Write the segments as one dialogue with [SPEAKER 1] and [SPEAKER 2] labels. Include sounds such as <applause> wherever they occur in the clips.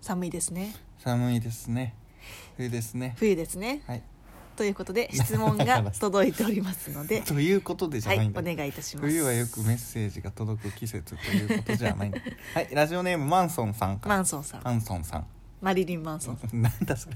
[SPEAKER 1] 寒いですね
[SPEAKER 2] 寒いですね冬ですね
[SPEAKER 1] 冬ですね
[SPEAKER 2] はい
[SPEAKER 1] ということ
[SPEAKER 2] <laughs>
[SPEAKER 1] で質問が届いておりますので
[SPEAKER 2] ということでじゃ
[SPEAKER 1] は
[SPEAKER 2] ない
[SPEAKER 1] い
[SPEAKER 2] んだ、
[SPEAKER 1] お願いいたします
[SPEAKER 2] 冬はよくメッセージが届く季節ということじゃ
[SPEAKER 1] <laughs>
[SPEAKER 2] ないんだはいラジオネームマンソンさんから
[SPEAKER 1] マンソンさん
[SPEAKER 2] マンソンさん
[SPEAKER 1] マリリン・マンソン
[SPEAKER 2] なん
[SPEAKER 1] <laughs>
[SPEAKER 2] だそれ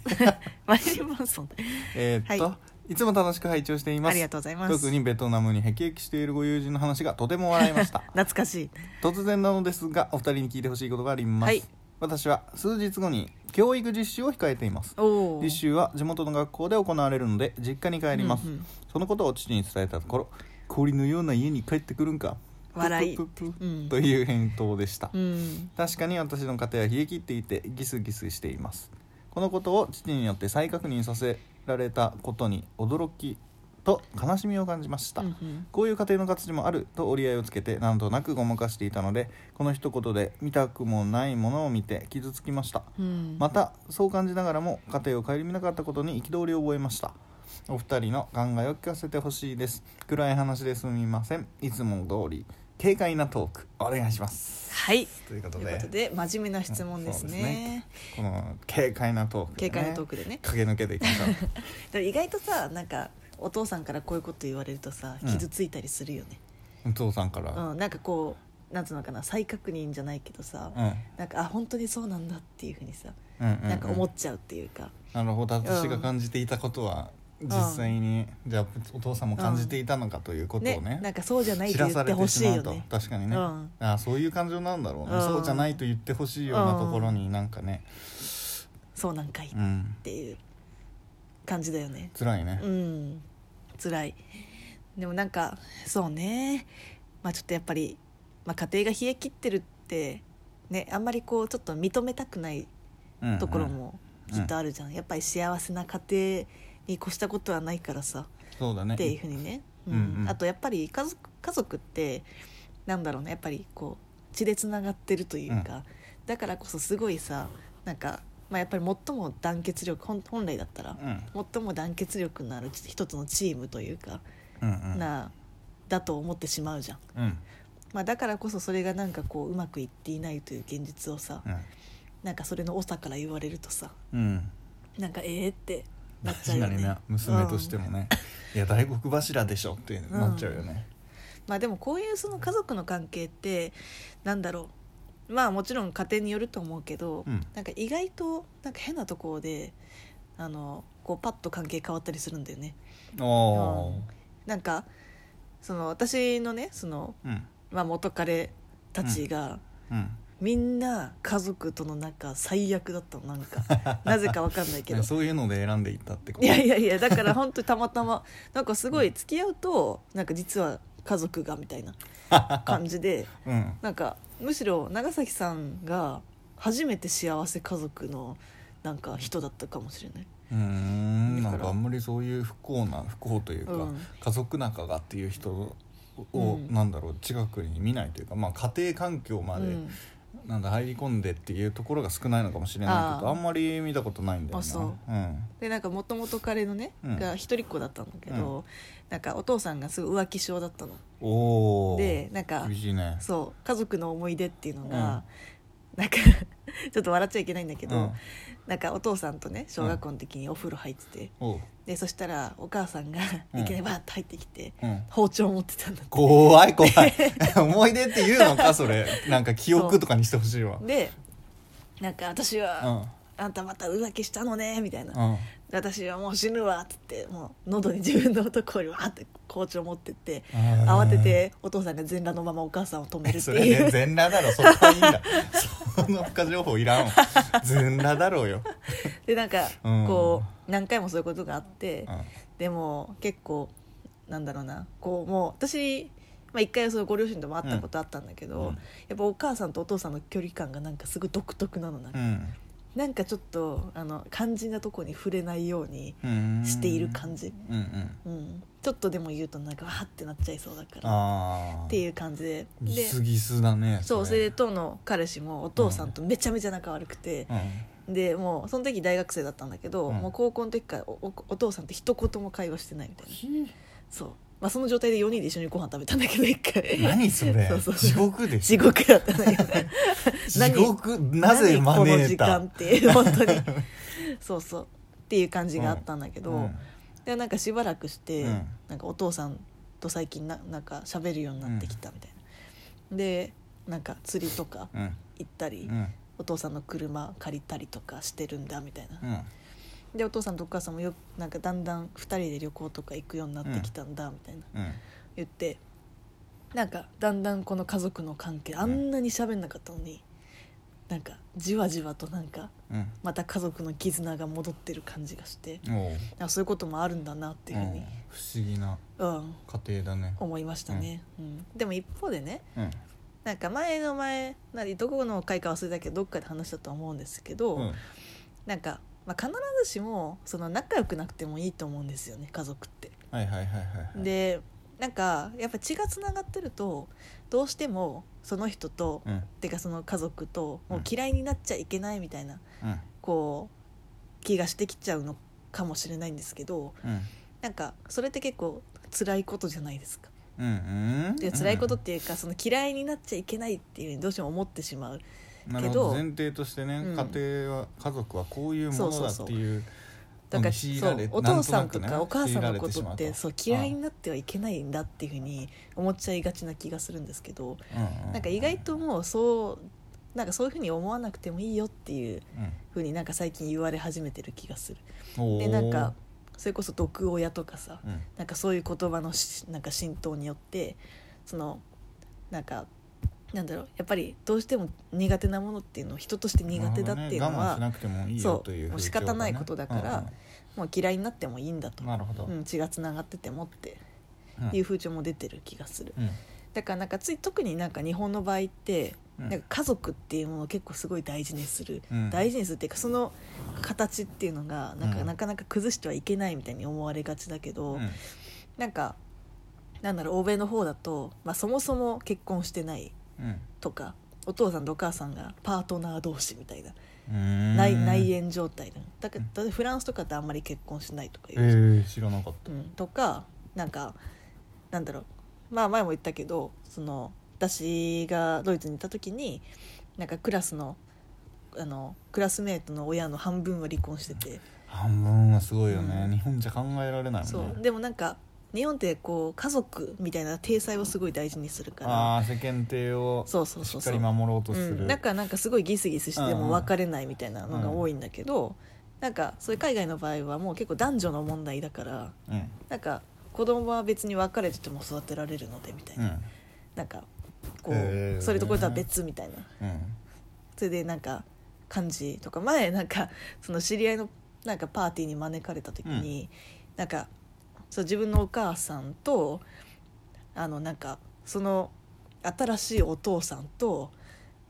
[SPEAKER 1] マリリン・マンソン
[SPEAKER 2] えーっと、、
[SPEAKER 1] はい
[SPEAKER 2] つも楽しく拝聴していま
[SPEAKER 1] あ
[SPEAKER 2] す
[SPEAKER 1] りがとうございます
[SPEAKER 2] 特にベトナムに辟易しているご友人の話がとても笑いました
[SPEAKER 1] <laughs> 懐かしい
[SPEAKER 2] 突然なのですがお二人に聞いてほしいことがあります、
[SPEAKER 1] はい
[SPEAKER 2] 私は数日後に教育実習を控えています
[SPEAKER 1] おお
[SPEAKER 2] 実習は地元の学校で行われるので実家に帰ります、
[SPEAKER 1] うんうん
[SPEAKER 2] そのことを父に伝えたところ「氷のような家に帰ってくるんか」
[SPEAKER 1] 笑い
[SPEAKER 2] プップップップ
[SPEAKER 1] うん
[SPEAKER 2] という返答でした、
[SPEAKER 1] うん
[SPEAKER 2] 確かに私の家庭は冷え切っていてギスギスしていますこのことを父によって再確認させられたことに驚きと悲しみを感じました、
[SPEAKER 1] うんうん
[SPEAKER 2] こういう家庭の形もあると折り合いをつけてなんとなくごまかしていたのでこの一言で見たくもないものを見て傷つきました
[SPEAKER 1] うん
[SPEAKER 2] またそう感じながらも家庭を顧みなかったことに憤りを覚えましたお二人の考えを聞かせてほしいです暗い話ですみませんいつも通り軽快なトークお願いします
[SPEAKER 1] はい
[SPEAKER 2] ということ
[SPEAKER 1] と
[SPEAKER 2] で
[SPEAKER 1] いうことで真面目な質問です
[SPEAKER 2] そうで
[SPEAKER 1] ね
[SPEAKER 2] すねこの軽快なトークで
[SPEAKER 1] 軽快
[SPEAKER 2] ね、
[SPEAKER 1] なトークでね
[SPEAKER 2] 駆け抜けていきましょう
[SPEAKER 1] でも意外とさなんかお父さんからこういうこと言われるとさ
[SPEAKER 2] うん
[SPEAKER 1] 傷ついたりするよね、 <laughs>
[SPEAKER 2] お父さんか
[SPEAKER 1] うん
[SPEAKER 2] ら
[SPEAKER 1] なんかこうなんつうのかな再確認じゃないけどさ、
[SPEAKER 2] うん、うん
[SPEAKER 1] なんかあ本当にそうなんだっていうふうにさ、
[SPEAKER 2] うんうん
[SPEAKER 1] なんか思っちゃうっていうか、
[SPEAKER 2] なるほど私が感じていたことは、実際にじゃあお父さんも感じていたのかということ
[SPEAKER 1] ね
[SPEAKER 2] をね,、
[SPEAKER 1] なんかそうじゃない
[SPEAKER 2] 知
[SPEAKER 1] と言
[SPEAKER 2] ら
[SPEAKER 1] っ
[SPEAKER 2] さ
[SPEAKER 1] て
[SPEAKER 2] れ
[SPEAKER 1] ほ
[SPEAKER 2] て
[SPEAKER 1] し
[SPEAKER 2] し
[SPEAKER 1] い
[SPEAKER 2] ま
[SPEAKER 1] よ
[SPEAKER 2] うと、
[SPEAKER 1] ね
[SPEAKER 2] 確かにね、
[SPEAKER 1] うん
[SPEAKER 2] ああそういう感情なんだろうね、
[SPEAKER 1] うん
[SPEAKER 2] そうじゃないと言ってほしいようなところになんかね
[SPEAKER 1] そうなんかいっ
[SPEAKER 2] うん
[SPEAKER 1] ていう感じだよね
[SPEAKER 2] 辛いね
[SPEAKER 1] う、ん辛いでもなんかそうねまあちょっとやっぱり、まあ、家庭が冷え切ってるってねあんまりこうちょっと認めたくない
[SPEAKER 2] うんうん
[SPEAKER 1] ところもきっとあるじゃん、やっぱり幸せな家庭に越したことはないからさ
[SPEAKER 2] そうだね
[SPEAKER 1] っていうふうにね、うん
[SPEAKER 2] うんうん
[SPEAKER 1] あとやっぱり家族家族ってなんだろうねやっぱりこう血でつながってるというか、だからこそすごいさなんか、まあ、やっぱり最も団結力本本来だったら、
[SPEAKER 2] うん
[SPEAKER 1] 最も団結力のある一つのチームというか、
[SPEAKER 2] うんうん
[SPEAKER 1] なだと思ってしまうじゃん、
[SPEAKER 2] うん
[SPEAKER 1] まあ、だからこそそれがなんかこううまくいっていないという現実をさ、
[SPEAKER 2] うん
[SPEAKER 1] なんかそれの長から言われるとさ
[SPEAKER 2] うん
[SPEAKER 1] なんかええってなっちゃう
[SPEAKER 2] 確
[SPEAKER 1] よ
[SPEAKER 2] か
[SPEAKER 1] ね
[SPEAKER 2] にね娘としてもね、いや大黒柱でしょってなっちゃうよね、
[SPEAKER 1] まあでもこういうその家族の関係ってなんだろうまあもちろん家庭によると思うけど、
[SPEAKER 2] うん
[SPEAKER 1] なんか意外となんか変なところであのこうパッと関係変わったりするんだよね。
[SPEAKER 2] おー
[SPEAKER 1] なんかその私のねその、
[SPEAKER 2] うん
[SPEAKER 1] まあ、元彼たちが、
[SPEAKER 2] うん
[SPEAKER 1] みんな家族との仲最悪だったの
[SPEAKER 2] <laughs>
[SPEAKER 1] なんかなぜかわかんないけど
[SPEAKER 2] ねそういうので選んでいったってこと
[SPEAKER 1] いやいやいやだから本当にたまたまなんかすごい付き合うとなんか実は家族がみたいな感じ
[SPEAKER 2] <laughs>
[SPEAKER 1] で
[SPEAKER 2] うん
[SPEAKER 1] なんかむしろ長崎さんが初めて幸せ家族のなんか人だったかもしれない、
[SPEAKER 2] うーん
[SPEAKER 1] だ
[SPEAKER 2] な
[SPEAKER 1] から
[SPEAKER 2] んかあんまりそういう不幸な不幸というか、
[SPEAKER 1] うん
[SPEAKER 2] 家族仲がっていう人を、
[SPEAKER 1] うん
[SPEAKER 2] なんだろう近くに見ないというか、まあ、家庭環境まで、
[SPEAKER 1] うん
[SPEAKER 2] なんだ入り込んでっていうところが少ないのかもしれないけど
[SPEAKER 1] あー
[SPEAKER 2] あんまり見たことないんだよ
[SPEAKER 1] あ
[SPEAKER 2] な
[SPEAKER 1] そう
[SPEAKER 2] うん
[SPEAKER 1] でなんかもともと彼のね、
[SPEAKER 2] うん
[SPEAKER 1] が一人っ子だったんだけど、なんかお父さんがすごい浮気症だったの
[SPEAKER 2] おお
[SPEAKER 1] でなんか
[SPEAKER 2] 厳しいね
[SPEAKER 1] そう家族の思い出っていうのが、なんか <laughs> ちょっと笑っちゃいけないんだけど、
[SPEAKER 2] うん
[SPEAKER 1] なんかお父さんとね小学校の時にお風呂入ってて、
[SPEAKER 2] おう
[SPEAKER 1] でそしたらお母さんが
[SPEAKER 2] うん
[SPEAKER 1] いきなりバーッと入ってきて、
[SPEAKER 2] うん
[SPEAKER 1] 包丁を持ってたんだって
[SPEAKER 2] 怖い
[SPEAKER 1] <laughs>
[SPEAKER 2] 怖い思い出って言うのかそれなんか記憶とかにしてほしいわ
[SPEAKER 1] でなんか私
[SPEAKER 2] う
[SPEAKER 1] は、
[SPEAKER 2] ん
[SPEAKER 1] あんたまた浮気したのねみたいな、
[SPEAKER 2] うん
[SPEAKER 1] 私はもう死ぬわっつってもう喉に自分のところにわーって包丁持ってって
[SPEAKER 2] うん
[SPEAKER 1] 慌ててお父さんが全裸のままお母さんを止めるって
[SPEAKER 2] それね
[SPEAKER 1] いう
[SPEAKER 2] 全裸だろそこはいいんだその付加情報いらんわ全裸だろうよ、
[SPEAKER 1] <laughs> でなんか
[SPEAKER 2] うん
[SPEAKER 1] こう何回もそういうことがあって、
[SPEAKER 2] うん
[SPEAKER 1] でも結構なんだろうなこうもう私まあ、一回そのご両親とも会ったことあったんだけど、
[SPEAKER 2] うん
[SPEAKER 1] やっぱお母さんとお父さんの距離感がなんかすごい独特なのなんか,、
[SPEAKER 2] うん
[SPEAKER 1] なんかちょっとあの肝心なとこに触れないように
[SPEAKER 2] うん
[SPEAKER 1] している感じ、
[SPEAKER 2] うんうん
[SPEAKER 1] うん、ちょっとでも言うとなんかわーってなっちゃいそうだからっ
[SPEAKER 2] ああ
[SPEAKER 1] ていう感じで
[SPEAKER 2] ギ
[SPEAKER 1] で
[SPEAKER 2] スギスだね
[SPEAKER 1] そうそれで当の彼氏もお父さんとめちゃめちゃ仲悪くて、
[SPEAKER 2] うん
[SPEAKER 1] でもうその時大学生だったんだけど、
[SPEAKER 2] うん
[SPEAKER 1] もう高校の時からおおお父さんと一言も会話してないみたいな
[SPEAKER 2] ひ
[SPEAKER 1] そうまあ、その状態で4人で一緒にご飯食べたんだけど一回
[SPEAKER 2] 何それ
[SPEAKER 1] <laughs> そうそう
[SPEAKER 2] 地獄でし
[SPEAKER 1] 地
[SPEAKER 2] ょ
[SPEAKER 1] 獄だったね
[SPEAKER 2] 地獄 <laughs> なぜ
[SPEAKER 1] 何この
[SPEAKER 2] 招
[SPEAKER 1] 時
[SPEAKER 2] いた
[SPEAKER 1] 間っていう本当にそうそうっていう感じがあったんだけど、
[SPEAKER 2] うん
[SPEAKER 1] でなんかしばらくして、
[SPEAKER 2] うん
[SPEAKER 1] なんかお父さんと最近ななんか喋るようになってきたみたいな、でなんか釣りとか
[SPEAKER 2] うん
[SPEAKER 1] 行ったり、
[SPEAKER 2] うん
[SPEAKER 1] お父さんの車借りたりとかしてるんだみたいな、
[SPEAKER 2] うん
[SPEAKER 1] でお父さんとお母さんもよなんかだんだん2人で旅行とか行くようになってきたんだみたいな
[SPEAKER 2] うん
[SPEAKER 1] 言ってなんかだんだんこの家族の関係あんなに喋んなかったのに、なんかじわじわとなんか
[SPEAKER 2] うん
[SPEAKER 1] また家族の絆が戻ってる感じがして
[SPEAKER 2] おう
[SPEAKER 1] あそういうこともあるんだなっていうふう
[SPEAKER 2] う
[SPEAKER 1] に
[SPEAKER 2] ん、不思議な
[SPEAKER 1] うん
[SPEAKER 2] 家庭だね
[SPEAKER 1] 思いましたね、うんでも一方でね
[SPEAKER 2] うん
[SPEAKER 1] なんか前の前なりどこの回か忘れたけどどっかで話したと思うんですけど、
[SPEAKER 2] うん
[SPEAKER 1] なんか、まあ、必ずしもその仲良くなくてもいいと思うんですよね家族って。
[SPEAKER 2] はいはいはいはいはい
[SPEAKER 1] でなんかやっぱ血がつながってるとどうしてもその人と、
[SPEAKER 2] うん
[SPEAKER 1] てかその家族ともう
[SPEAKER 2] うん
[SPEAKER 1] 嫌いになっちゃいけないみたいな、
[SPEAKER 2] うん
[SPEAKER 1] こう気がしてきちゃうのかもしれないんですけど
[SPEAKER 2] うん
[SPEAKER 1] なんかそれって結構辛いことじゃないですか。
[SPEAKER 2] うんうん
[SPEAKER 1] で辛いことっていうかその嫌いになっちゃいけないっていうふうにどうしても思ってしまう
[SPEAKER 2] なるほど前提としてね、家庭は家族はこういうものだっていう
[SPEAKER 1] だから
[SPEAKER 2] 強い
[SPEAKER 1] そ
[SPEAKER 2] られ
[SPEAKER 1] うお父さんと
[SPEAKER 2] なんとなく
[SPEAKER 1] かお母
[SPEAKER 2] ね
[SPEAKER 1] さんのこと
[SPEAKER 2] 強いら
[SPEAKER 1] っ
[SPEAKER 2] れてし
[SPEAKER 1] て
[SPEAKER 2] まうと
[SPEAKER 1] そう嫌いになってはいけないんだっていうふうに思っちゃいがちな気がするんですけど
[SPEAKER 2] うんうん
[SPEAKER 1] なんか意外ともうそうなんかそういうふうに思わなくてもいいよっていうふうになんか最近言われ始めてる気がする。
[SPEAKER 2] うん
[SPEAKER 1] でなんかそれこそ毒親とかさ
[SPEAKER 2] おーうん
[SPEAKER 1] なんかそういう言葉のしなんか浸透によってそのなんかなんだろうやっぱりどうしても苦手なものっていうのを人として苦手だっていうの
[SPEAKER 2] なるほどね我慢
[SPEAKER 1] は、
[SPEAKER 2] しなくてもいいよという
[SPEAKER 1] そうもう
[SPEAKER 2] 風
[SPEAKER 1] 仕
[SPEAKER 2] 潮がね
[SPEAKER 1] 方ないことだからもう嫌いになってもいいんだ
[SPEAKER 2] う
[SPEAKER 1] と
[SPEAKER 2] んうん、なるほど、
[SPEAKER 1] うん、血がつながっててもって
[SPEAKER 2] うん
[SPEAKER 1] いう風潮も出てる気がする
[SPEAKER 2] うん
[SPEAKER 1] だからなんかつい特になんか日本の場合って、
[SPEAKER 2] うん
[SPEAKER 1] なんか家族っていうものを結構すごい大事にする、
[SPEAKER 2] うん
[SPEAKER 1] 大事にするっていうかその形っていうのがなんか、
[SPEAKER 2] うん
[SPEAKER 1] なかなか崩してはいけないみたいに思われがちだけど、
[SPEAKER 2] うん
[SPEAKER 1] なんかなんだろう欧米の方だと、まあ、そもそも結婚してない
[SPEAKER 2] うん
[SPEAKER 1] とかお父さんとお母さんがパートナー同士みたいな
[SPEAKER 2] うーん
[SPEAKER 1] 内内縁状態なのだから
[SPEAKER 2] うん
[SPEAKER 1] だってフランスとかってあんまり結婚しないとか
[SPEAKER 2] え
[SPEAKER 1] 言うじゃん
[SPEAKER 2] ー、知らなかった
[SPEAKER 1] うん、とかなんかなんだろうまあ前も言ったけどその私がドイツにいた時になんかクラスのあのクラスメートの親の半分は離婚してて、
[SPEAKER 2] 半分はすごいよね、
[SPEAKER 1] うん
[SPEAKER 2] 日本じゃ考えられない
[SPEAKER 1] そ
[SPEAKER 2] もん
[SPEAKER 1] う
[SPEAKER 2] ね
[SPEAKER 1] でもなんか日本ってこう家族みたいな体裁をすごい大事にするから
[SPEAKER 2] ああ世間体をし
[SPEAKER 1] そうそうそう
[SPEAKER 2] っ
[SPEAKER 1] そ
[SPEAKER 2] か
[SPEAKER 1] う
[SPEAKER 2] り守ろうとす
[SPEAKER 1] う
[SPEAKER 2] る
[SPEAKER 1] ん、だからなんかすごいギスギスして
[SPEAKER 2] うんう
[SPEAKER 1] も
[SPEAKER 2] ん
[SPEAKER 1] 別れないみたいなのが多いんだけど、なんかそういう海外の場合はもう結構男女の問題だから
[SPEAKER 2] うん
[SPEAKER 1] なんか子供は別に別れてても育てられるのでみたいうな、
[SPEAKER 2] ん
[SPEAKER 1] なんかこう、
[SPEAKER 2] へー
[SPEAKER 1] それとこれとは別みたいな
[SPEAKER 2] うん
[SPEAKER 1] それでなんか感じとか前なんかその知り合いのなんかパーティーに招かれた時に、なんかそう自分のお母さんとあのなんかその新しいお父さんと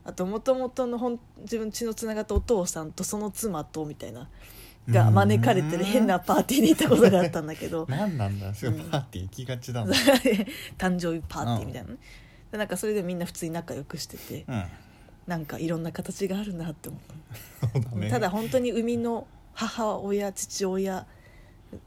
[SPEAKER 1] あともともとのほん自分血のつながったお父さんとその妻とみたいなが招かれてる変なパーティーに行ったことがあったんだけ
[SPEAKER 2] <laughs>
[SPEAKER 1] ど
[SPEAKER 2] 何なんだすごい
[SPEAKER 1] うん
[SPEAKER 2] パーティー行きがちだもん、
[SPEAKER 1] <laughs> 誕生日パーティーみたいなね、でなんかそれでみんな普通に仲良くしてて、
[SPEAKER 2] うん
[SPEAKER 1] なんかいろんな形があるなって思った
[SPEAKER 2] そうだね
[SPEAKER 1] ただ本当に生みの母親父親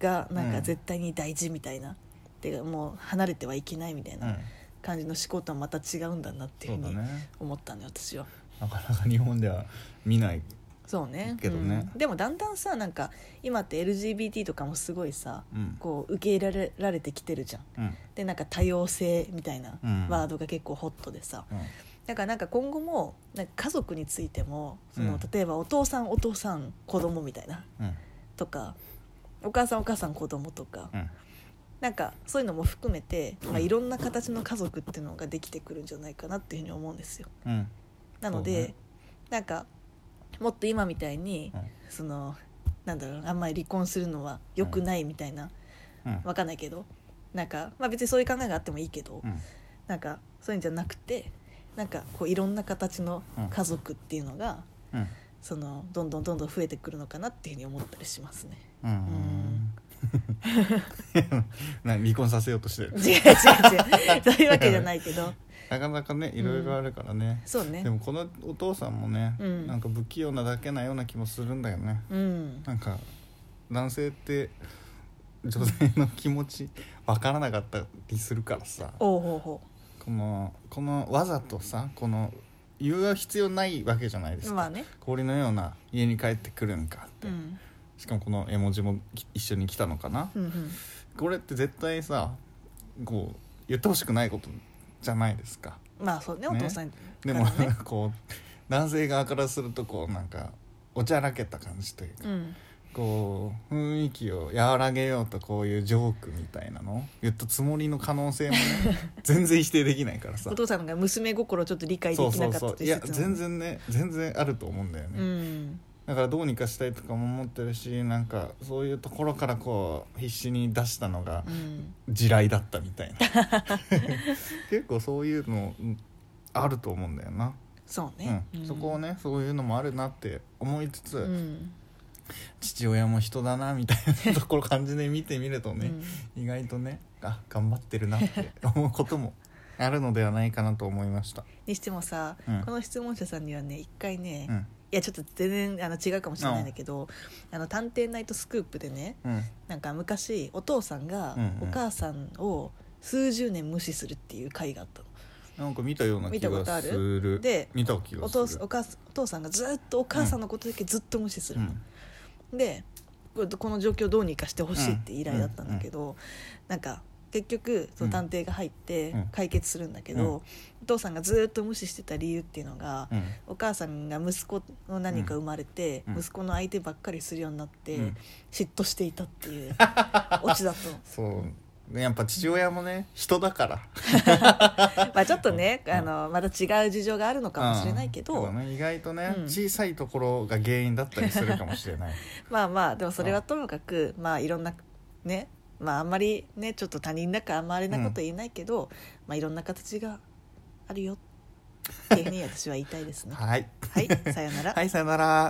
[SPEAKER 1] がなん
[SPEAKER 2] う
[SPEAKER 1] か
[SPEAKER 2] ん
[SPEAKER 1] 絶対に大事みたいな、でもう離れてはいけないみたい
[SPEAKER 2] うん
[SPEAKER 1] な感じの思考とはまた違うんだなってい
[SPEAKER 2] そうう
[SPEAKER 1] ふう
[SPEAKER 2] だ
[SPEAKER 1] に
[SPEAKER 2] ね
[SPEAKER 1] 思ったね私は
[SPEAKER 2] なかなか日本では見ない
[SPEAKER 1] そうね
[SPEAKER 2] けどね
[SPEAKER 1] うんでもだんだんさなんか今って LGBT とかもすごいさ
[SPEAKER 2] うん
[SPEAKER 1] こう受け入れられられてきてるじゃん
[SPEAKER 2] うん
[SPEAKER 1] でなんか多様性みたいな
[SPEAKER 2] うん
[SPEAKER 1] ワードが結構ホットでさ、
[SPEAKER 2] うん
[SPEAKER 1] だからなんか今後もなんか家族についてもその、
[SPEAKER 2] うん
[SPEAKER 1] 例えばお父さんお父さん子供みたいな
[SPEAKER 2] うん
[SPEAKER 1] とかお母さんお母さん子供とか、
[SPEAKER 2] うん
[SPEAKER 1] なんかそういうのも含めて、まあ、いろんな形の家族っていうのができてくるんじゃないかなっていうふうに思うんですよ。
[SPEAKER 2] うん
[SPEAKER 1] なので、
[SPEAKER 2] そうね
[SPEAKER 1] なんかもっと今みたいに、
[SPEAKER 2] うん
[SPEAKER 1] そのなんだろうあんまり離婚するのは良くないみたいな、
[SPEAKER 2] うん
[SPEAKER 1] わかんないけどなんか、まあ、別にそういう考えがあってもいいけど、
[SPEAKER 2] うん
[SPEAKER 1] なんかそういうんじゃなくてなんかこういろんな形の家族っていうのが、
[SPEAKER 2] うん
[SPEAKER 1] そのどんどんどんどん増えてくるのかなっていうふうに思ったりしますね。
[SPEAKER 2] うんな離婚させようとしてる
[SPEAKER 1] 違う違う違
[SPEAKER 2] <laughs>
[SPEAKER 1] うそういうわけじゃないけど
[SPEAKER 2] なかなかねいろいろあるからね、
[SPEAKER 1] そうね
[SPEAKER 2] でもこのお父さんもね、
[SPEAKER 1] うん
[SPEAKER 2] なんか不器用なだけなような気もするんだよね
[SPEAKER 1] うん
[SPEAKER 2] なんか男性って女性の気持ち分からなかったりするからさこ
[SPEAKER 1] おうほうほ
[SPEAKER 2] のこのわざとさこの言う必要ないわけじゃないです
[SPEAKER 1] う
[SPEAKER 2] か、
[SPEAKER 1] まあね
[SPEAKER 2] 氷のような家に帰ってくるんかって、
[SPEAKER 1] うん
[SPEAKER 2] しかもこの絵文字もき一緒に来たのかな、
[SPEAKER 1] うんうん
[SPEAKER 2] これって絶対さこう言ってほしくないことじゃないですか
[SPEAKER 1] まあそうねお
[SPEAKER 2] ね
[SPEAKER 1] 父さん
[SPEAKER 2] でも、
[SPEAKER 1] からね
[SPEAKER 2] <laughs> こう男性側からするとこうなんかおちゃらけた感じという
[SPEAKER 1] う
[SPEAKER 2] か、
[SPEAKER 1] ん
[SPEAKER 2] こう雰囲気を和らげようとこういうジョークみたいなの言ったつもりの可能性もね
[SPEAKER 1] <laughs>
[SPEAKER 2] 全然否定できないから <laughs> さ
[SPEAKER 1] お父さんが娘心をちょっと理解
[SPEAKER 2] そ
[SPEAKER 1] で
[SPEAKER 2] う
[SPEAKER 1] き
[SPEAKER 2] そ
[SPEAKER 1] な
[SPEAKER 2] う
[SPEAKER 1] かった
[SPEAKER 2] そ
[SPEAKER 1] っ
[SPEAKER 2] う
[SPEAKER 1] て
[SPEAKER 2] い
[SPEAKER 1] いう
[SPEAKER 2] や
[SPEAKER 1] 説も
[SPEAKER 2] 全然ね全然あると思うんだよね、
[SPEAKER 1] うん
[SPEAKER 2] だからどうにかしたいとかも思ってるしなんかそういうところからこう必死に出したのが
[SPEAKER 1] うん
[SPEAKER 2] 地雷だったみ
[SPEAKER 1] <laughs>
[SPEAKER 2] たいな結構そういうのうんあると思うんだよな、
[SPEAKER 1] そうね
[SPEAKER 2] うん
[SPEAKER 1] うん
[SPEAKER 2] そこをねそういうのもあるなって思いつつ、
[SPEAKER 1] うん
[SPEAKER 2] 父親も人だなみたいなところ感じで見てみると
[SPEAKER 1] う
[SPEAKER 2] ね、
[SPEAKER 1] ん
[SPEAKER 2] 意外とねあ頑張ってるなって思うこともあるのではないかなと思いました。
[SPEAKER 1] にしてもさ
[SPEAKER 2] うん
[SPEAKER 1] この質問者さんにはね一回ね
[SPEAKER 2] うん
[SPEAKER 1] いやちょっと全然あの違うかもしれないんだけど「あの探偵ナイトスクープ」でね
[SPEAKER 2] うん
[SPEAKER 1] なんか昔お父さんが
[SPEAKER 2] うんうん
[SPEAKER 1] お母さんを数十年無視するっていう回があったの、
[SPEAKER 2] なんか見たような気
[SPEAKER 1] 見たこ
[SPEAKER 2] が
[SPEAKER 1] とある
[SPEAKER 2] する
[SPEAKER 1] で
[SPEAKER 2] 見た気が
[SPEAKER 1] お
[SPEAKER 2] する
[SPEAKER 1] 父お母お父さんがずっとお母さんのことだけずっと無視するの、でここの状況をどうにかしてほしいって依頼だったんだけど、なんか結局その探偵が入って
[SPEAKER 2] うん
[SPEAKER 1] 解決するんだけど、
[SPEAKER 2] うん
[SPEAKER 1] お父さんがずっと無視してた理由っていうのが、
[SPEAKER 2] うん
[SPEAKER 1] お母さんが息子の何か生まれて、
[SPEAKER 2] うん
[SPEAKER 1] 息子の相手ばっかりするようになって、
[SPEAKER 2] うん
[SPEAKER 1] 嫉妬していたって
[SPEAKER 2] <laughs>
[SPEAKER 1] いうオチだと
[SPEAKER 2] そうでやっぱ父親もね人だから
[SPEAKER 1] まあちょっとね、
[SPEAKER 2] うん
[SPEAKER 1] あのまた違う事情があるのかもしれないけど、
[SPEAKER 2] うんそうだね、意外とね、
[SPEAKER 1] うん
[SPEAKER 2] 小さいところが原因だったりするかもし
[SPEAKER 1] <laughs>
[SPEAKER 2] れない
[SPEAKER 1] まあまあでもそれはともかく、まあいろんなねまああんまりねちょっと他人だからあんまりなこと言えないけど、まあいろんな形があるよっていうふうに私は言いたいですね。
[SPEAKER 2] はい <laughs>
[SPEAKER 1] はい、さようなら。
[SPEAKER 2] はいさよなら